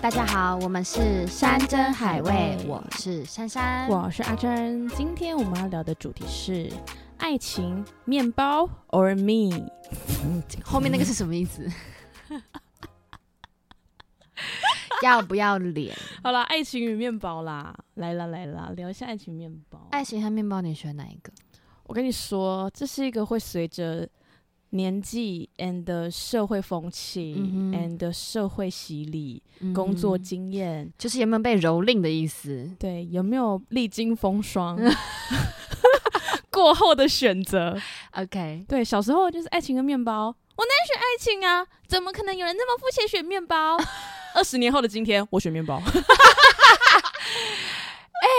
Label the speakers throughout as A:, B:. A: 大家好，我们是山珍海味，我是珊珊，
B: 我是阿珍。今天我们要聊的主题是爱情、面包 or me。
A: 后面那个是什么意思？ 要不要脸？
B: 好啦，爱情与面包啦，来啦来啦，聊一下爱情面包。
A: 爱情和面包，你选哪一个？
B: 我跟你说，这是一个会随着年纪 and 社会风气、
A: 嗯哼
B: and 社会洗礼、工作
A: 嗯
B: 经验，
A: 就是有没有被蹂躏的意思？
B: 对有没有历经 风霜过后的选择。
A: OK，
B: 对，小时候就是爱情跟面包，我哪选爱情啊？怎么可能有人那么肤浅选面包？ 二十年后的今天，我选面包。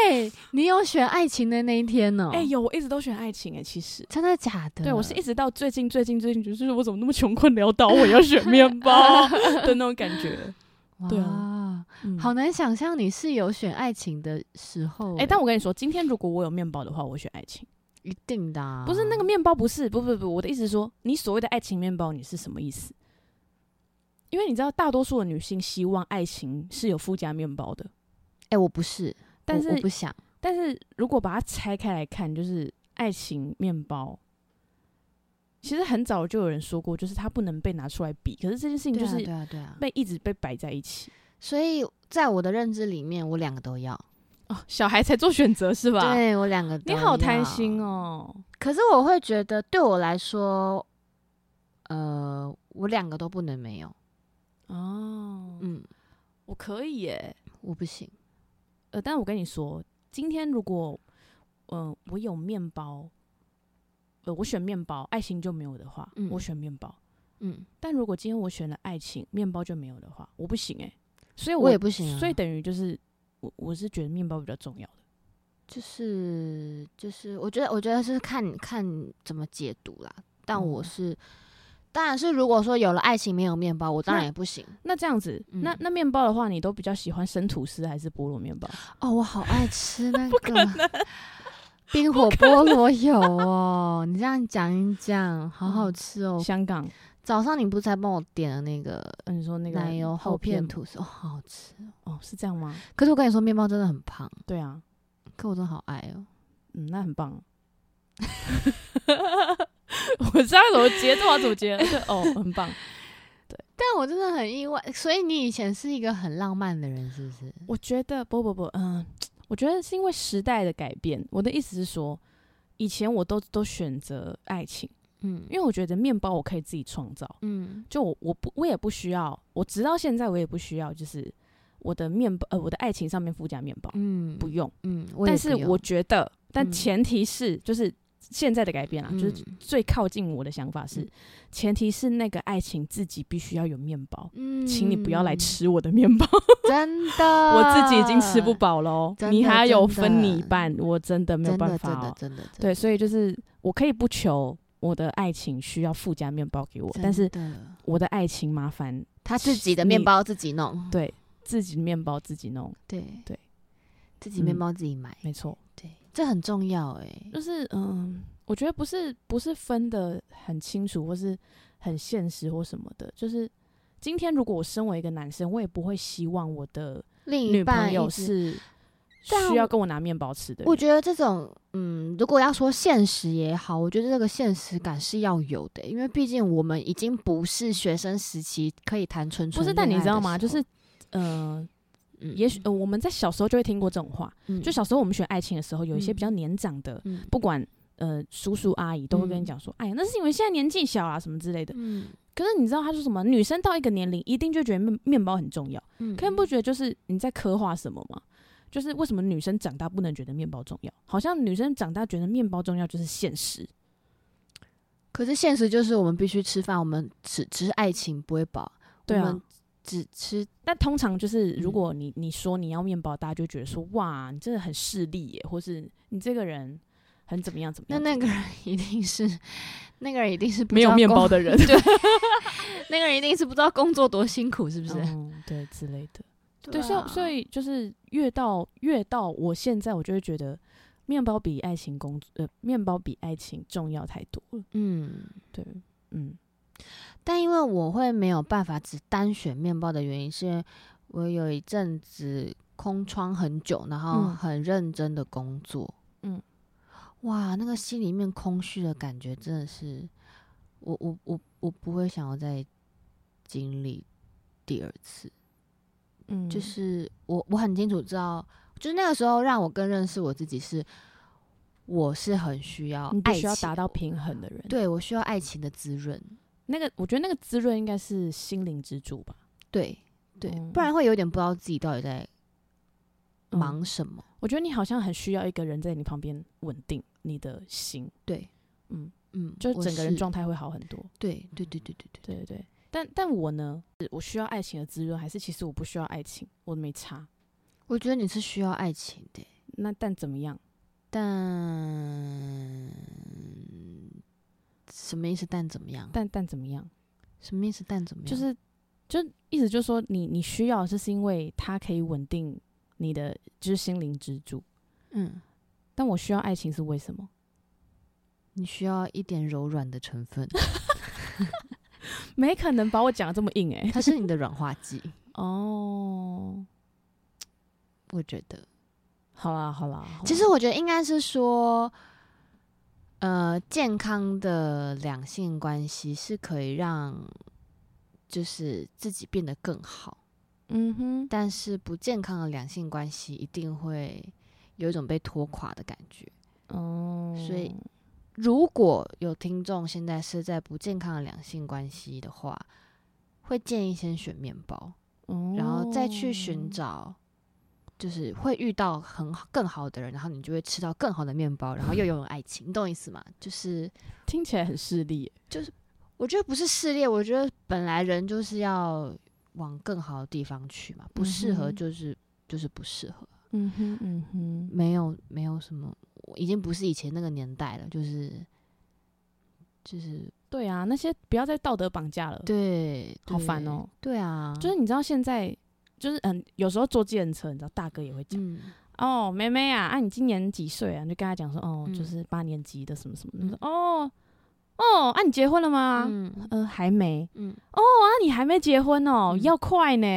A: 哎、你有选爱情的那一天呢、
B: 哎、有，我一直都选爱情哎、其实。
A: 真的假的？
B: 对，我是一直到最近、最近、最近，就是我怎么那么穷困潦倒，我要选面包 的那种感觉。
A: 哇，
B: 对啊嗯
A: 好难想象你是有选爱情的时候、
B: 哎、但我跟你说，今天如果我有面包的话，我会选爱情。
A: 一定的啊、
B: 不是那个面包，不是，不不不，我的意思是说，你所谓的爱情面包，你是什么意思？因为你知道，大多数的女性希望爱情是有附加面包的，
A: 哎、我不是，
B: 但
A: 我
B: 是
A: 我不想。
B: 但是如果把它拆开来看，就是爱情面包，其实很早就有人说过，就是它不能被拿出来比。可是这件事情
A: 对
B: 就
A: 啊，
B: 是
A: 对啊，对啊。
B: 被一直被摆在一起
A: 所以在我的认知里面，我两个都要。
B: 哦，小孩才做选择是吧？
A: 对我两个都
B: 你
A: 要，
B: 好贪心。哦，
A: 可是我会觉得，对我来说，呃，我两个都不能没有。
B: 哦，
A: 嗯，
B: 我可以耶，
A: 我不行。
B: 呃，但我跟你说，今天如果嗯、呃我有面包，呃我选面包，爱情就没有的话，
A: 嗯
B: 我选面包。
A: 嗯，
B: 但如果今天我选了爱情，面包就没有的话，我不行哎、所以
A: 我也不行啊
B: 所以等于就是我我是觉得面包比较重要的。
A: 就是就是，我觉得我觉得是看看怎么解读啦。但我
B: 嗯
A: 是，当然是如果说有了爱情没有面包，我当然
B: 那
A: 也不 行。
B: 那这样子，那
A: 嗯
B: 那面包的话，你都比较喜欢生吐司还是菠萝面包？
A: 哦，我好爱吃 那个冰火菠萝油哦！你这样讲一讲，好好
B: 嗯
A: 吃哦。
B: 香港，
A: 早上你不是才帮我点了那个
B: 嗯、你说那个
A: 奶油厚
B: 厚
A: 片
B: 片
A: 吐司，哦，好好吃。
B: 哦，是这样吗？
A: 可是我跟你说，面包真的很胖，
B: 对啊，
A: 可我真的好爱哦。
B: 嗯，那很棒。 我知道怎么接，这我要怎么接？就 哦，很棒。
A: 但我真的很意外，所以你以前是一个很浪漫的人，是不是？
B: 我觉得不不不，嗯、我觉得是因为时代的改变。我的意思是说，以前我都都选择爱情。
A: 嗯
B: 因为我觉得面包我可以自己创造，
A: 嗯
B: 就我我不我也不需要，我直到现在我也不需要，就是我的面包呃我的爱情上面附加面包、
A: 嗯，
B: 不用，
A: 嗯，我也
B: 但
A: 不
B: 是
A: 用
B: 我觉得，但
A: 嗯
B: 前提是、就是现在的改变啦，啊就是
A: 嗯
B: 最靠近我的想法是，
A: 嗯
B: 前提是那个爱情自己必须要有面包。
A: 嗯
B: 请你不要来，吃我的面 包，
A: 真的，
B: 我自己已经吃不饱喽。
A: 啊真的
B: 你还有
A: 真的
B: 分你一半，我真的没有
A: 真
B: 办
A: 的，
B: 法
A: 真
B: 哦
A: 的，。真的，真的，
B: 对，所以就是我可以不求我的爱情需要附加面包给我，
A: 真的，
B: 但是我的爱情麻烦
A: 他自己的面
B: 你
A: 包自己弄，
B: 对自己面包自己弄，
A: 对
B: 对，
A: 自己面
B: 嗯
A: 包自己买，
B: 没错，
A: 对，这很重要哎。
B: 就是嗯，我觉得不是不是分的很清楚，或是很现实或什么的，就是今天如果我身为一个男生，我也不会希望我的
A: 另一
B: 女
A: 半
B: 朋
A: 一
B: 友
A: 直
B: 是
A: 但
B: 需要跟我拿面包吃的人，
A: 我觉得这种，嗯，如果要说现实也好，我觉得这个现实感是要有的，因为毕竟我们已经不是学生时期可以谈纯纯
B: 不
A: 恋
B: 是，但你
A: 爱
B: 知道
A: 的
B: 吗？
A: 时
B: 就
A: 候
B: 是。嗯，
A: 嗯
B: 也许、呃、我们在小时候就会听过这种话，
A: 嗯
B: 就小时候我们选爱情的时候，有一些比较年长的，
A: 嗯
B: 不管呃叔叔阿姨都会跟你
A: 嗯
B: 讲说，哎呀，那是因为现在年纪小啊什么之类的。
A: 嗯
B: 可是你知道他说什么？女生到一个年龄，一定就觉得面面包很重要。
A: 嗯
B: 可你不觉得就是你在刻画什么吗？就是为什么女生长大不能觉得面包重要？好像女生长大觉得面包重要就是现实。
A: 可是现实就是我们必须吃饭，我们只吃爱情不会饱，
B: 对
A: 我
B: 啊
A: 们只吃
B: 但通常就是，
A: 嗯
B: 如果你你说你要面包，大家就觉得说哇，你真的很势利耶，或是你这个人很怎么样怎么
A: 那
B: 样。
A: 那个人一定是那个人一定是不
B: 没
A: 知
B: 有
A: 道
B: 面
A: 工
B: 包，的人，
A: 对， 那个人一定是不知道工作多辛苦，是不是？
B: 嗯，对之类的。对，所
A: 啊
B: 以所以就是越到越到我现在，我就会觉得面包比爱情工呃，面包比爱情重要太多了。
A: 嗯。
B: 对，嗯，
A: 但因为我会没有办法只单选面包的原因，是因为我有一阵子空窗很久，然后
B: 嗯
A: 很认真的工作，
B: 嗯，
A: 哇，那个心里面空虚的感觉真的是，我我我我不会想要再经历第二次。
B: 嗯，
A: 就是我我很清楚知道，就是那个时候让我更认识我自己是，我是很需要
B: 你必
A: 爱
B: 须要
A: 情
B: 达到
A: 我
B: 平衡的人。，
A: 对我需要爱情的滋润，
B: 那个我觉得那个滋润应该是心灵支柱吧。
A: 对对，
B: 嗯
A: 不然会有点不知道自己到底在
B: 嗯
A: 忙什么。
B: 我觉得你好像很需要一个人在你旁边稳定你的心，
A: 对，
B: 嗯，
A: 嗯，
B: 就
A: 我
B: 整个人
A: 是
B: 状态会好很多。
A: 对对对对对对，
B: 对对对，但但我呢，我需要爱情的滋润，还是其实我不需要爱情，我没差。
A: 我觉得你是需要爱情的，
B: 那但怎么样？
A: 但什么意思？但怎么样？
B: 但但怎么样？
A: 什么意思？但怎么样？
B: 就是就意思就是说你你需要，就是因为它可以稳定你的就是心灵支柱。
A: 嗯，
B: 但我需要爱情是为什么？
A: 你需要一点柔软的成 分，
B: 没可能把我讲的这么硬哎、
A: 它是你的软化剂，
B: 哦，
A: 我觉得。
B: 好啦好啦，好啦
A: 其实我觉得应该是说，呃，健康的两性关系是可以让就是自己变得更好，
B: 嗯哼，
A: 但是不健康的两性关系一定会有一种被拖垮的感觉。
B: 哦，
A: 所以如果有听众现在是在不健康的两性关系的话，会建议先选面包，
B: 哦
A: 然后再去寻找，就是会遇到很好更好的人，然后你就会吃到更好的面包，然后又拥有爱情，你懂我意思吗？就是
B: 听起来很势利耶，
A: 我觉得不是势劣，我觉得本来人就是要往更好的地方去嘛，不适合
B: 嗯哼
A: 就是、就是不适合，
B: 嗯哼嗯哼，
A: 没有没有什么，我已经不是以前那个年代了，就是就是
B: 对啊，那些不要再道德绑架了，，
A: 对，
B: 呃好烦
A: 对
B: 哦、
A: 对啊，
B: 就是你知道现在就是嗯，有时候坐计程车，你知道大哥也会讲、
A: 嗯，
B: 哦，妹妹啊，啊你今年几岁啊？你就跟他讲说哦，
A: 嗯
B: 就是八年级的什么什么，
A: 嗯
B: 你说哦哦，啊你结婚了吗？
A: 嗯
B: 呃，还没
A: 嗯
B: 哦啊，你还没结婚哦，
A: 嗯
B: 要快呢。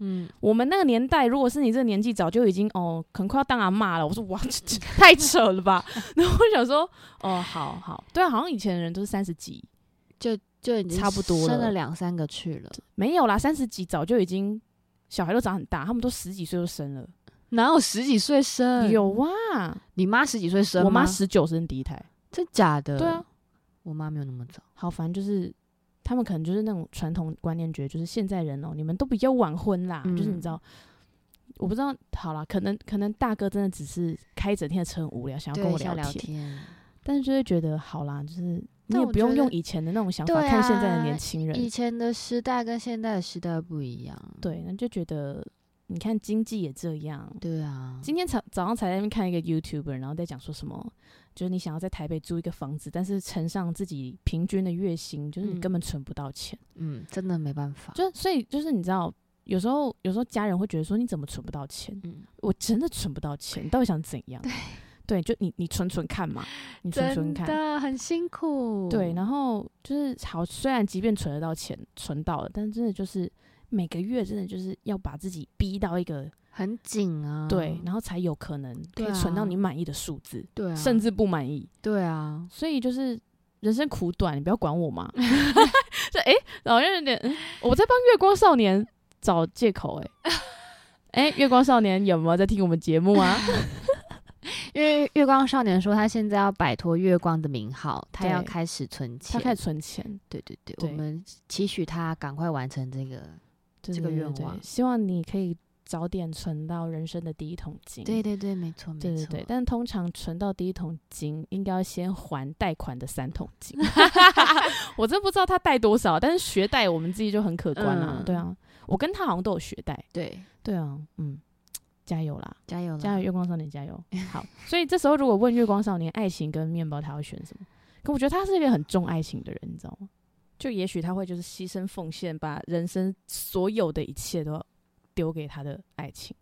A: 嗯，
B: 我们那个年代，如果是你这个年纪，早就已经哦，可能快要当阿妈了。我说哇，这这太扯了吧！ 然后我想说，哦，好好，对啊，好像以前的人都是三十几，
A: 就就已经
B: 差不多
A: 生了
B: 了
A: 两三个去了，
B: 没有啦，三十几早就已经小孩都长很大，他们都十几岁就生了。
A: 哪有十几岁生？
B: 有啊，
A: 你妈十几岁嗯生吗？
B: 我妈十九生第一胎。
A: 真假的？
B: 对啊，，
A: 我妈没有那么早。
B: 好，反正就是他们可能就是那种传统观念，觉得就是现在人哦，你们都比较晚婚啦，
A: 嗯
B: 就是你知道。我不知道，好啦，可能可能大哥真的只是开一整天的车很无聊，想要跟我
A: 想
B: 聊
A: 聊
B: 天，
A: 天，
B: 但是就会觉得好啦，就是你
A: 但
B: 也
A: 我
B: 不
A: 觉
B: 用
A: 得
B: 用以前的那种想法
A: 对
B: 看现在
A: 啊
B: 的年轻人，
A: 以前的时代跟现在的时代不一样。
B: 对，那就觉得你看经济也这样，
A: 对啊，
B: 今天早早上才在那边看一个 YouTuber，然后在讲说什么，就是你想要在台北租一个房子，但是乘上自己平均的月薪，就是你
A: 嗯
B: 根本存不到钱。啊
A: 嗯，真的没办法。
B: 就所以就是你知道，有时候有时候家人会觉得说你怎么存不到钱？
A: 嗯，
B: 我真的存不到钱，你到底想怎样？对，就你你存存看嘛，你存存看。
A: 的很辛苦
B: 对，然后就是好，虽然即便存得到钱，存到了，但真的就是每个月真的就是要把自己逼到一个、
A: 很紧啊。
B: 对，然后才有可能可
A: 对
B: 以
A: 啊
B: 存到你满意的数字。
A: 对啊，
B: 甚至不满意。
A: 对啊，
B: 所以就是人生苦短，你不要管我 嘛。这哎、好像有点，嗯我在帮月光少年找借口哎、哎、月光少年有没有在听我们节目啊？
A: 因为月光少年说他现在要摆脱月光的名号，他要
B: 对
A: 开始存钱，
B: 他开始存钱，
A: 对对对，
B: 对
A: 我们期许他赶快完成这个。
B: 对
A: 这个
B: 对对
A: 愿
B: 对
A: 望
B: 希望你可以早点存到人生的第一桶金。
A: 对对对，没错没
B: 对对
A: 错。
B: 对，但通常存到第一桶金，应该要先还贷款的三桶金。 我真不知道他贷多少，但是学贷我们自己就很可观啊。
A: 嗯
B: 对啊，我跟他好像都有学贷，
A: 对，
B: 对啊，嗯，加油啦，
A: 加油啦
B: 加油，月光少年加 油！好，所以这时候如果问月光少年爱情跟面包，他会选什么？可我觉得他是一个很重爱情的人，你知道吗？就也许他会就是牺牲奉献，把人生所有的一切都丢给他的爱情。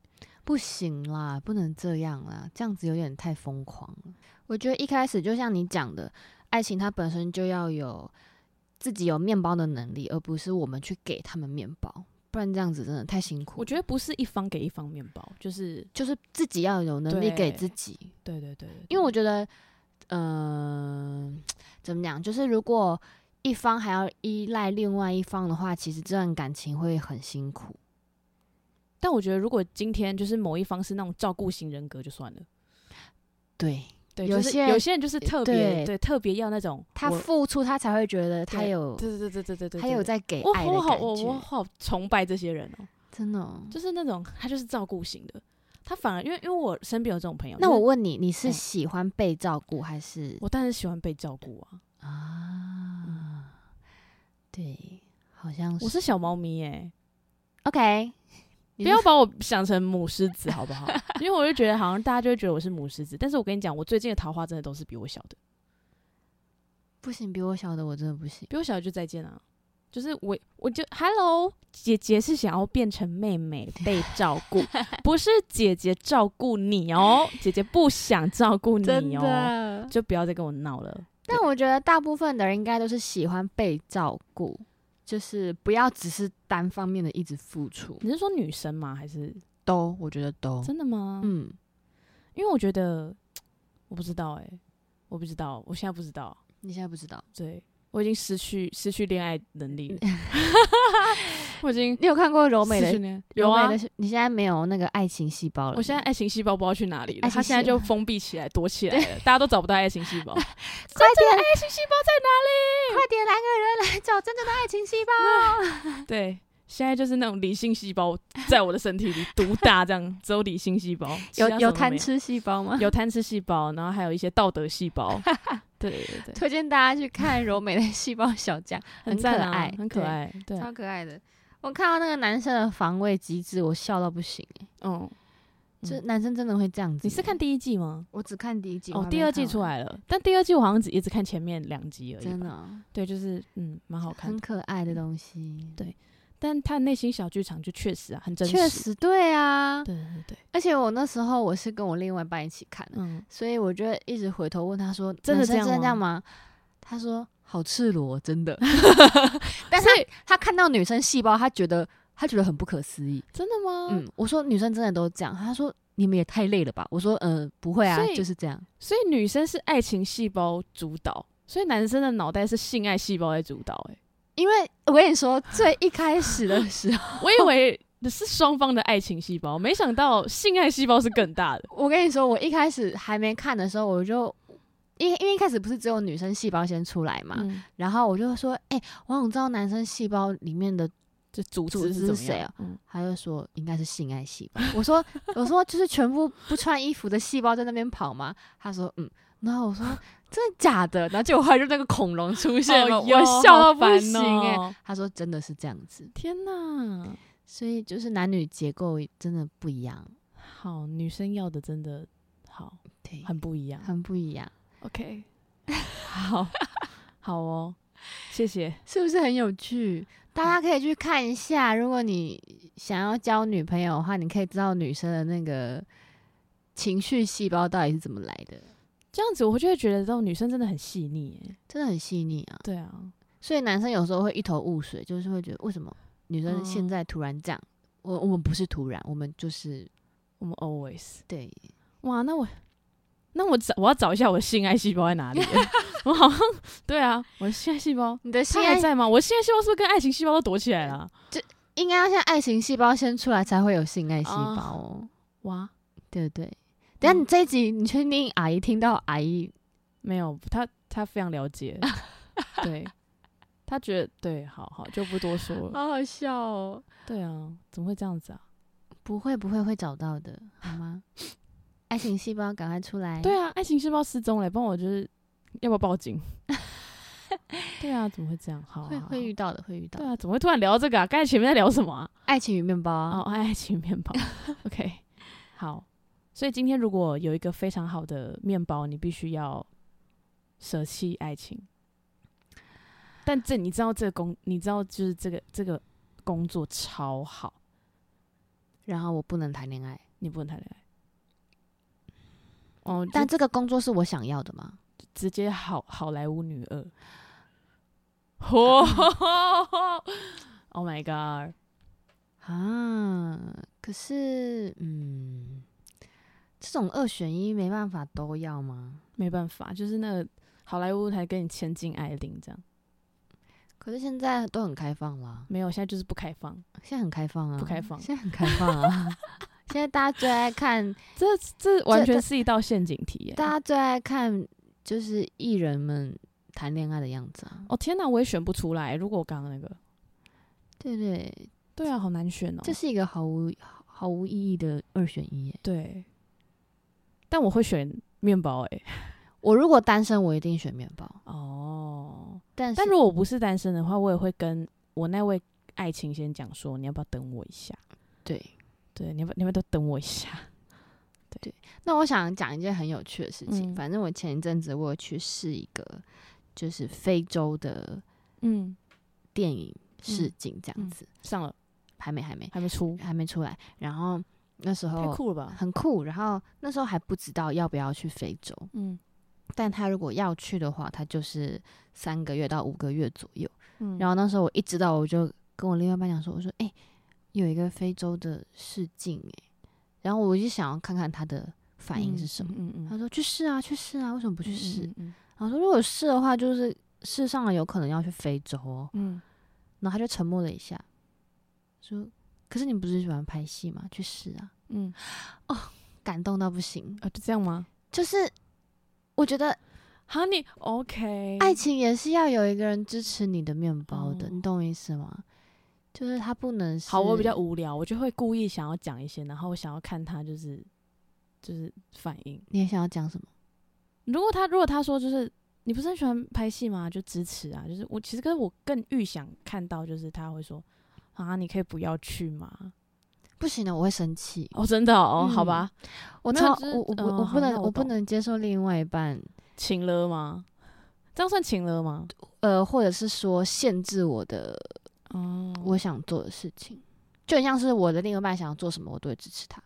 A: 不行啦，不能这样啦，这样子有点太疯狂了。我觉得一开始就像你讲的，爱情它本身就要有自己有面包的能力，而不是我们去给他们面包，不然这样子真的太辛苦。
B: 我觉得不是一方给一方面包，就是
A: 就是自己要有能力给自己，
B: 对对对对
A: 因为我觉得，嗯、怎么讲，就是如果一方还要依赖另外一方的话，其实这段感情会很辛苦。
B: 但我觉得如果今天就是某一方是那种照顾型人格就算了，
A: 对
B: 对，
A: 有
B: 就是
A: 些
B: 有些人就是特别
A: 对
B: 对特别要那种
A: 他
B: 我
A: 付出，他才会觉得他
B: 对
A: 有
B: 对对对对对对，
A: 他
B: 对
A: 有
B: 对
A: 在给
B: 我
A: 爱的
B: 我好
A: 感
B: 我我
A: 觉，
B: 好崇拜这些人哦、
A: 真的哦、
B: 就是那种他就是照顾型的，他反而因为因为我身边有这种朋友，
A: 那
B: 就
A: 我
B: 是
A: 问你，你是
B: 哎
A: 喜欢被照顾还是
B: 我当然喜欢被照顾啊，
A: 啊？对，好像
B: 嗯我
A: 是
B: 是小猫咪哎、
A: OK。你
B: 不
A: 是
B: 要把我想成母狮子好不好？ 因为我就觉得好像大家就会觉得我是母狮子，但是我跟你讲，我最近的桃花真的都是比我小的，
A: 不行，比我小的我真的不行。
B: 比我小的就再见啊。就是我，我就 Hello，姐姐是想要变成妹妹 被照顾，不是姐姐照顾你哦，姐姐不想照顾你哦，
A: 的，
B: 就不要再跟我闹了。
A: 但我觉得大部分的人应该都是喜欢被照顾，就是不要只是单方面的一直付出。
B: 你是说女生吗？还是
A: 都，我觉得都，
B: 真的吗？
A: 嗯，
B: 因为我觉得我不知道哎、我不知道，我现在不知道，
A: 你现在不知道，
B: 对我已经失去失去恋爱 能力了，我已经
A: 你有看过柔美
B: 失去
A: 的
B: 恋有
A: 柔美
B: 啊
A: 的，，你现在没有那个爱情细胞了。
B: 我现在爱情细胞不知道去哪里了，
A: 爱情
B: 它现在
A: 细胞
B: 就封闭起来躲起来了，大家都找不到爱情细 胞，真
A: 快
B: 正的
A: 点，
B: 爱情细胞在
A: 快点来个人来找真正的爱情细胞。
B: 哪里？对。现在就是那种理性细胞在我的身体里独大，这样只有理性细胞，其他
A: 有
B: 什么
A: 有
B: 都
A: 贪
B: 没
A: 吃细胞吗？
B: 有贪吃细胞，然后还有一些道德 细胞，对对对，
A: 推荐大家去看柔 美的细胞小将，很可
B: 赞啊
A: 爱
B: 很可
A: 对
B: 爱，对，
A: 超可爱的。我看到那个男生的防卫机制，我笑到不行、欸。
B: 嗯，
A: 就
B: 嗯
A: 男生真的会这样子？欸
B: 你是看？第一季吗？
A: 我只看第一季，我
B: 哦
A: 还，没
B: 第二季
A: 看
B: 出
A: 完，
B: 来了，但第二季我好像只一直看前面两集而已吧。
A: 真的哦、
B: 对，就是嗯，蛮好看
A: 很
B: 的。嗯
A: 可爱的东西。
B: 但他内心小剧场就确实啊，很真实。
A: 确，实，对啊。
B: 对对对，
A: 而且我那时候我是跟我另外一半一起看的，
B: 嗯，
A: 所以我就一直回头问他说：“
B: 真
A: 男
B: 的
A: 生
B: 这样
A: 真的这样吗？”他说：“好赤裸，真 的。” 但是他看到女生细胞，他觉得他觉得很不可思议。
B: 真的吗？
A: 嗯，我说女生真的都这样，他说你们也太累了吧？我说呃不会啊
B: 所，以
A: 就是这样。
B: 所以女生是爱情细胞主导，所以男生的脑袋是性爱细胞在主导、 欸。
A: 因为我跟你说，最一开始的时候，
B: 我以为是双方的爱情细胞，没想到性爱细胞是更大的。
A: 我跟你说，我一开始还没看的时候，我就因因为一开始不是只有女生细胞先出来嘛，
B: 嗯，
A: 然后我就说，哎、我想知道男生细胞里面的，
B: 这组
A: 组织
B: 织是怎
A: 是
B: 么
A: 谁
B: 样
A: 啊？
B: 嗯，
A: 他就说应该是性爱细胞。我说我说就是全部不穿衣服的细胞在那边跑吗？他说嗯。然后我说真的假的？然后结果后来就那个恐龙出现了，
B: 哦哟
A: 我笑到
B: 好
A: 不
B: 烦
A: 行哎、
B: 哦
A: 他说真的是这样子，
B: 天哪！
A: 所以就是男女结构真的不一样，
B: 好，女生要的真的好，
A: 对，
B: 很不一样。
A: 很不一样，
B: OK，好，好哦，谢谢。
A: 是不是很有趣？大家可以去看一下，如果你想要交女朋友的话，你可以知道女生的那个情绪细胞到底是怎么来的，
B: 这样子我就会觉得，这种女生真的很细腻欸耶。
A: 真的很细腻啊。
B: 对啊，
A: 所以男生有时候会一头雾水，就是会觉得为什么女生现在突然这样？我我们不是突然，我们就是
B: 我们 always
A: 对，
B: 哇，那我那我找我要找一下我的性爱细胞在哪里耶。 我好像对啊，我的性爱细胞
A: 你的
B: 它
A: 性
B: 还
A: 爱
B: 在吗？我的性爱细胞是不是跟爱情细胞都躲起来了啊？
A: 应该要像爱情细胞先出来，才会有性爱细
B: 哦
A: 胞哦。
B: 哇，
A: 对对。等一下
B: 嗯
A: 你这一集，你确定阿姨听到阿姨？
B: 没有，她她非常了 解，对。她觉得对，好好就不多说 了。
A: 好笑哦！
B: 对啊，怎么会这样子啊？
A: 不会不会，会找到的，好吗？爱情细胞，赶快出来！
B: 对啊，爱情细胞失踪了，帮我就是要不要报 警？对啊，怎么会这样？好好
A: 会
B: 好
A: 会遇到的，会遇到
B: 对
A: 的。
B: 啊，怎么会突然聊到这个啊？刚才前面在聊什么啊？
A: 爱情与面包
B: 哦
A: 啊，，
B: 爱情面包。OK，好。所以今天如果有一个非常好的面包，你必须要舍弃爱情。但这你知道这个工，你知道就是这个这个工作超好，
A: 然后我不能谈恋爱，
B: 你不能谈恋爱。哦，
A: 但
B: 但
A: 这个工作是我想要的吗？
B: 直接好好莱坞女二。哦，Oh my god！
A: 啊，可是嗯，这种二选一没办法都要吗？
B: 没办法，就是那个好莱坞才跟你千金爱令这样，
A: 可是现在都很开放啦，
B: 没有，现在就是不开放，
A: 现在很开放啊，
B: 不开放
A: 现在很开放啊。 现在大家最爱 看，
B: 这这完
A: 这啊
B: 全是一道陷阱题耶！
A: 大家最爱看就是艺人们谈恋爱的样子啊。
B: 哦天哪，我也选不出来。如果我刚刚那个，
A: 对对，
B: 对啊，好难选哦。
A: 这是一个毫无毫无意义的二选一耶。
B: 对，但我会选面包哎。
A: 我如果单身，我一定选面包。
B: 哦，
A: 但是
B: 但如果我不是单身的话，我也会跟我那位爱情先讲说，你要不要等我一下？
A: 对，
B: 对，你要不你要不要都等我一下？
A: 那我想讲一件很有趣的事情。
B: 嗯
A: 反正我前一阵子我有去试一个就是非洲的
B: 嗯，
A: 电影试镜，这样
B: 嗯
A: 子、
B: 上了
A: 还没还没
B: 还没出，哦
A: 还没出来。然后那时
B: 太
A: 候
B: 酷了吧？
A: 很酷，然后那时候还不知道要不要去非洲，
B: 嗯
A: 但他如果要去的话，他就是三个月到五个月左右。
B: 嗯
A: 然后那时候我一知道，我就跟我另外一半讲说，我说哎、有一个非洲的试镜哎，然后我就想要看看他的反应是什么。
B: 嗯嗯
A: 他说去试啊，去试啊，为什么不去试？
B: 嗯嗯
A: 然后说如果试的话，就是试上了有可能要去非洲哦。
B: 嗯，
A: 然后他就沉默了一下，说：“可是你不是喜欢拍戏吗？去试啊！”
B: 嗯
A: 感动到不行，
B: 啊，就这样吗？
A: 就是我觉
B: 嗯
A: 得
B: 好，你 OK？
A: 爱情也是要有一个人支持你的面包的，
B: 哦
A: 你懂我意思吗？就是他不能是
B: 好，我比较无聊，我就会故意想要讲一些，然后我想要看他就是就是反应。
A: 你也想要讲什么？
B: 如果他如果他说就是你不是很喜欢拍戏吗？就支持啊，就是我其实跟我更预想看到就是他会说啊，你可以不要去吗？
A: 不行的，我会生气。
B: 哦，真的哦，
A: 嗯
B: 好吧，
A: 我
B: 那
A: 超
B: 就是
A: 我我不
B: 嗯
A: 我不
B: 好那
A: 能
B: 我
A: 我不
B: 懂
A: 能接受另外一半
B: 情了吗？这样算情了吗？
A: 呃，或者是说限制我的
B: 哦，
A: 我想做的事情，就很像是我的另一半想要做什么，我都会支持他。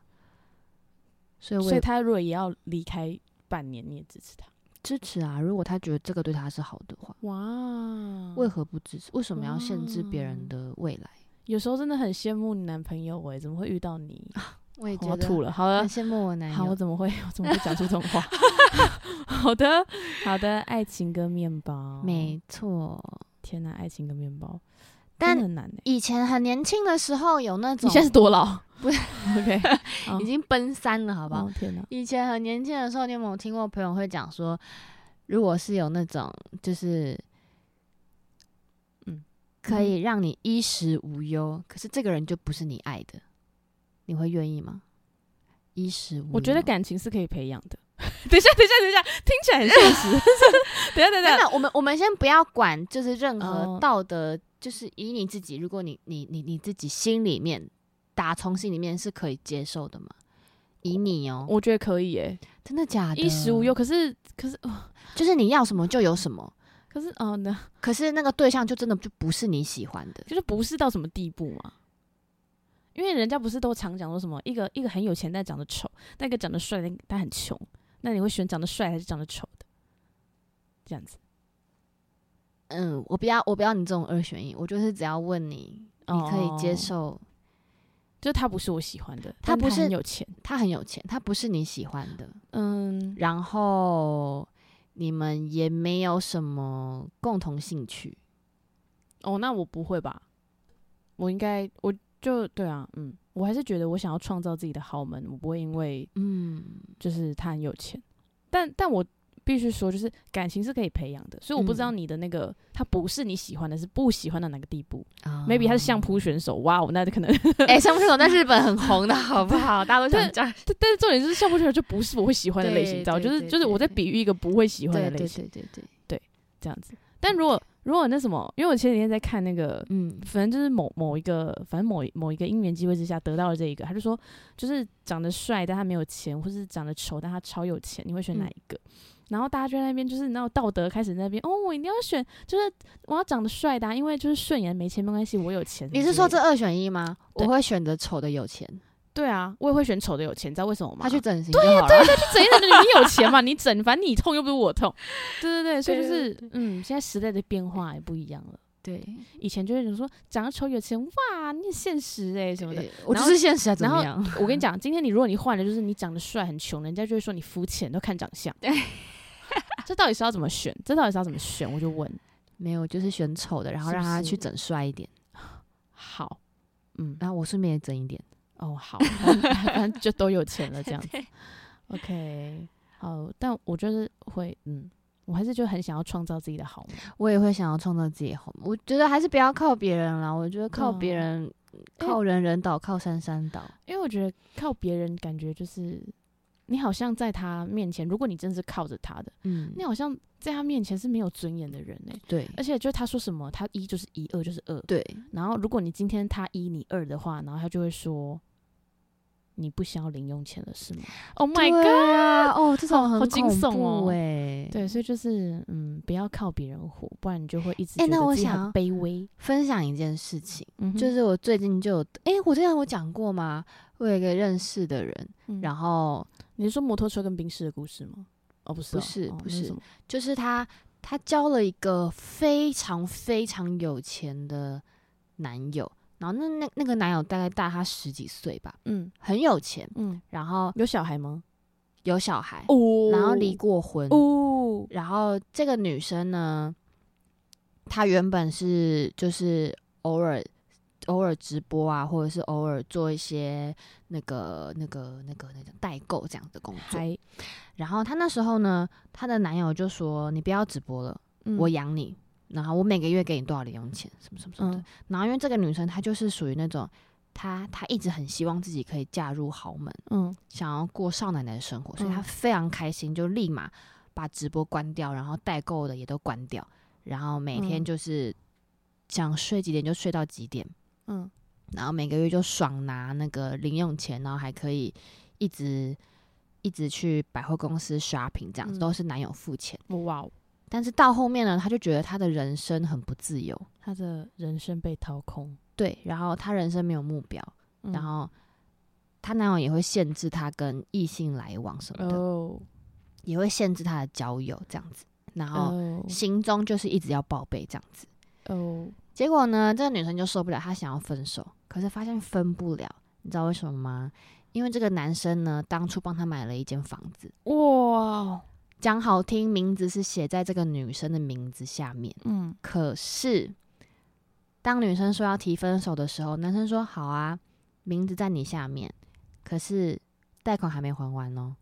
A: 所以我
B: 所以
A: 也
B: 他如果也要离开半年，你也支持他？
A: 支持啊，如果他觉得这个对他是好的话，
B: 哇，
A: 为何不支持？为什么要限制别人
B: 哇
A: 的未来？
B: 有时候真的很羡慕你男朋友哎、怎么会遇到你？
A: 我也
B: 我
A: 觉
B: 要
A: 得
B: 吐了，好了
A: 很，羡慕我男
B: 好，我
A: 友。
B: 怎么会我怎么会讲出这种 话？ 好的，好的，爱情跟面包，
A: 没错，
B: 天哪，爱情跟面包，
A: 但
B: 哦真的很难哎、
A: 以前很年轻的时候有那
B: 你
A: 种，
B: 现在是多老？
A: 不是
B: OK，
A: 已经奔三了，好不好？
B: 哦天哪，
A: 以前很年轻的时候，你有没有听过朋友会讲说，如果是有那种就是，
B: 嗯，
A: 可以让你衣食无忧，可是这个人就不是你爱的，你会愿意吗？衣食无忧，
B: 我觉得感情是可以培养的。 等一下，等一下，等一下，听起来很现实。 等一下，等
A: 真
B: 一下，
A: 的，我们我们先不要管，就是任何
B: 哦
A: 道德，就是以你自己，如果你你你你自己心里面打从心里面是可以接受的吗？以你哦、
B: 我觉得可以诶、
A: 真的假的？
B: 衣食无忧。，可是，可是，哦
A: 就是你要什么就有什么。
B: 可是，哦，那
A: 可是那个对象就真的就不是你喜欢的，
B: 就是不是到什么地步嘛？因为人家不是都常讲说什么一个一个很有钱但长得丑，那个长得帅但但很穷，那你会选长得帅还是长得丑的？这样子
A: 嗯，我不要，我不要你这种二选一，我就是只要问你，你可以接受
B: 哦就是他不是我喜欢的，
A: 他
B: 但
A: 不是
B: 很有钱，
A: 他很有钱，他不是你喜欢的，
B: 嗯，
A: 然后你们也没有什么共同兴趣，
B: 哦，那我不会吧？我应该我就对啊，嗯，我还是觉得我想要创造自己的豪门，我不会因为
A: 嗯，
B: 就是他很有钱，但但我必须说，就是感情是可以培养的，所以我不知道
A: 嗯
B: 你的那个、他不是你喜欢的，是不喜欢的哪个地步、
A: 啊
B: m a y b e 他是相扑选手，哇哦，那可能，
A: 哎，相扑选手在日本很红的好不好？大家 都想这样，
B: 但但是重点是相扑选手就不是我会喜欢的类型，
A: 对
B: 你知道，
A: 对
B: 就是
A: 对
B: 就是我在
A: 对
B: 比喻一个不会喜欢
A: 对
B: 的
A: 对
B: 类型
A: 对对对，
B: 这样子。但如果如果那什么，因为我前几天在看那个
A: 嗯
B: 反正就是某某一个，反正某一某一个因缘机会之下得到了这一个，他就说，就是长得帅但他没有钱，或是长得丑但他超有钱，你会选哪一个？然后大家就在那边就是那种道德开始在那边，哦，我一定要选，就是我要长得帅的、啊，因为就是顺眼没钱没关系，我有钱。
A: 你
B: 什
A: 是
B: 么之
A: 说
B: 类
A: 这
B: 的？
A: 二选一吗？我
B: 对
A: 会选择丑的有钱，
B: 对啊，我也会选丑的有钱，你知道为什么吗？
A: 他去整形就好了。
B: 就整一整， 你有钱嘛，你整，反正你痛又不是我痛。对对对，所以
A: 对
B: 就是嗯，现在时代的变化也不一样了。
A: 对，
B: 以前就会有人说长得丑有钱哇，你很现实哎、什么的。
A: 对我就
B: 然后
A: 是现实啊，怎
B: 然
A: 么
B: 后
A: 样？
B: 我跟你讲，今天你如果你换了，就是你长得帅很穷，人家就会说你肤浅，都看长相。
A: 对，
B: 这到底是要怎么选？这到底是要怎么选？我就问。
A: 没有，就是选丑的，然后
B: 是不
A: 让他
B: 是嗯
A: 去整帅一点，
B: 好，嗯，
A: 然后我顺便也整一点。
B: 哦，好，反正反正就都有钱了 这样子。OK，好，但我就是会，嗯，我还是就很想要创造自己的好梦。
A: 我也会想要创造自己的好梦，我觉得还是不要靠别人啦，我觉得靠
B: 对啊
A: 别人，
B: 哎
A: 靠人人倒，靠山山倒。
B: 因为我觉得靠别人，感觉就是你好像在他面前，如果你真是靠着他的，
A: 嗯
B: 你，好像在他面前是没有尊严的人哎、
A: 对
B: 而且就他说什么，他一就是一，二就是二。
A: 对，
B: 然后如果你今天他一你二的话，然后他就会说你不想要零用钱了是吗？Oh my god！
A: 对啊哦，这种
B: 好
A: 很
B: 好惊
A: 恐
B: 悚
A: 怖
B: 哦
A: 哎。
B: 对，所以就是嗯，不要靠别人活，不然你就会一直
A: 哎
B: 觉
A: 那
B: 得
A: 我
B: 自己很
A: 想要
B: 卑微。
A: 分享一件事情，
B: 嗯哼，
A: 就是我最近就有，哎，我之前有讲过吗？我有一个认识的人，
B: 嗯
A: 然后
B: 你是说摩托车跟冰室的故事吗？哦，不是哦、
A: 不是
B: 哦
A: 不
B: 那
A: 是
B: 什么
A: 就是他，他交了一个非常非常有钱的男友，然后那那那个男友大概大他十几岁吧，
B: 嗯
A: 很有钱，
B: 嗯，
A: 然后
B: 有小孩吗？
A: 有小孩，
B: 哦
A: 然后离过婚，
B: 哦，
A: 然后这个女生呢，她原本是就是偶尔偶尔直播啊，或者是偶尔做一些那个那个那个那个代购这样的工作。
B: 还、
A: 然后她那时候呢，她的男友就说：“你不要直播了，
B: 嗯
A: 我养你。”然后我每个月给你多少零用钱，什么什么什么的。
B: 嗯
A: 然后因为这个女生她就是属于那种，她她一直很希望自己可以嫁入豪门，
B: 嗯
A: 想要过少奶奶的生活，所以她
B: 嗯
A: 非常开心，就立马把直播关掉，然后代购的也都关掉，然后每天
B: 嗯
A: 就是想睡几点就睡到几点，
B: 嗯
A: 然后每个月就爽拿那个零用钱，然后还可以一直一直去百货公司 shopping，这样子、
B: 嗯
A: 都是男友付钱。
B: 哇哦，
A: 但是到后面呢，她就觉得她的人生很不自由，
B: 他的人生被掏空，
A: 对，然后她人生没有目标，
B: 嗯
A: 然后她男友也会限制她跟异性来往什么的。
B: 哦
A: 也会限制他的交友这样子，然后
B: 哦
A: 心中就是一直要报备这样子。
B: 哦，
A: 结果呢，这个女生就受不了，她想要分手，可是发现分不了，你知道为什么吗？因为这个男生呢，当初帮她买了一间房子，
B: 哇，哦
A: 讲好听，名字是写在这个女生的名字下面，
B: 嗯
A: 可是当女生说要提分手的时候，男生说好啊，名字在你下面，可是贷款还没还完哦，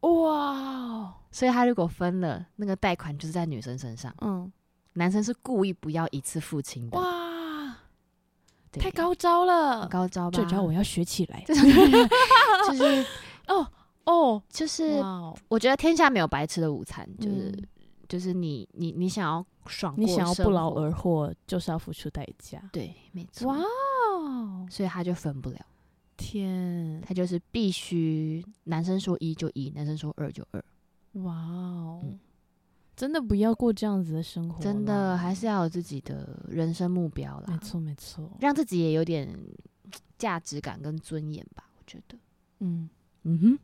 B: 哇哦，
A: 所以他如果分了，那个贷款就是在女生身上。
B: 嗯
A: 男生是故意不要一次付清的，
B: 哇，
A: 对
B: 太高招了
A: 很，高招吧？
B: 这招我要学起来
A: 这种就是
B: 哦哦，
A: 就是
B: 哇，哦，
A: 我觉得天下没有白吃的午餐，就是、
B: 嗯
A: 就是你你你想要爽过
B: 你
A: 生活，
B: 想要不劳而获，就是要付出代价。
A: 对，没错。
B: 哇哦，
A: 所以他就分不了，
B: 天，
A: 他就是必须男生说一就一，男生说二就二，
B: 哇哦
A: 嗯，
B: 真的不要过这样子的生活，
A: 真的还。是要有自己的人生目标
B: 没
A: 啦，
B: 错，没错。
A: 让自己也有点嗯价值感跟尊严吧，我觉得。
B: 嗯，
A: 嗯哼。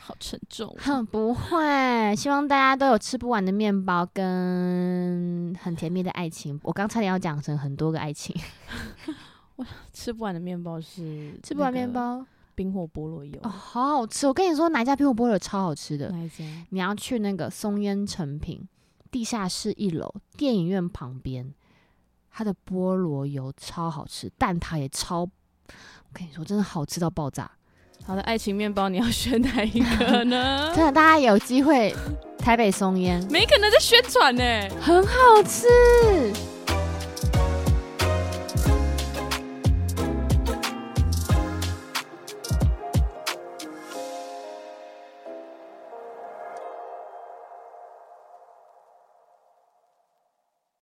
B: 好沉重哦。
A: 哼，不会。希望大家都有吃不完的面包跟很甜蜜的爱情。我刚差点要讲成很多个爱情，
B: 吃不完的面包是
A: 吃不完面，包
B: 冰火菠萝油
A: 哦，好好吃。我跟你说，哪一家苹果菠萝超好吃的？
B: 那一家？
A: 你要去那个松烟成品地下室一楼电影院旁边，它的菠萝油超好吃，蛋挞也超，我跟你说，真的好吃到爆炸。
B: 好的，爱情面包你要选哪一 个呢？
A: 真的，大家有机会台北松烟
B: 没可能在宣传呢。
A: 很好吃。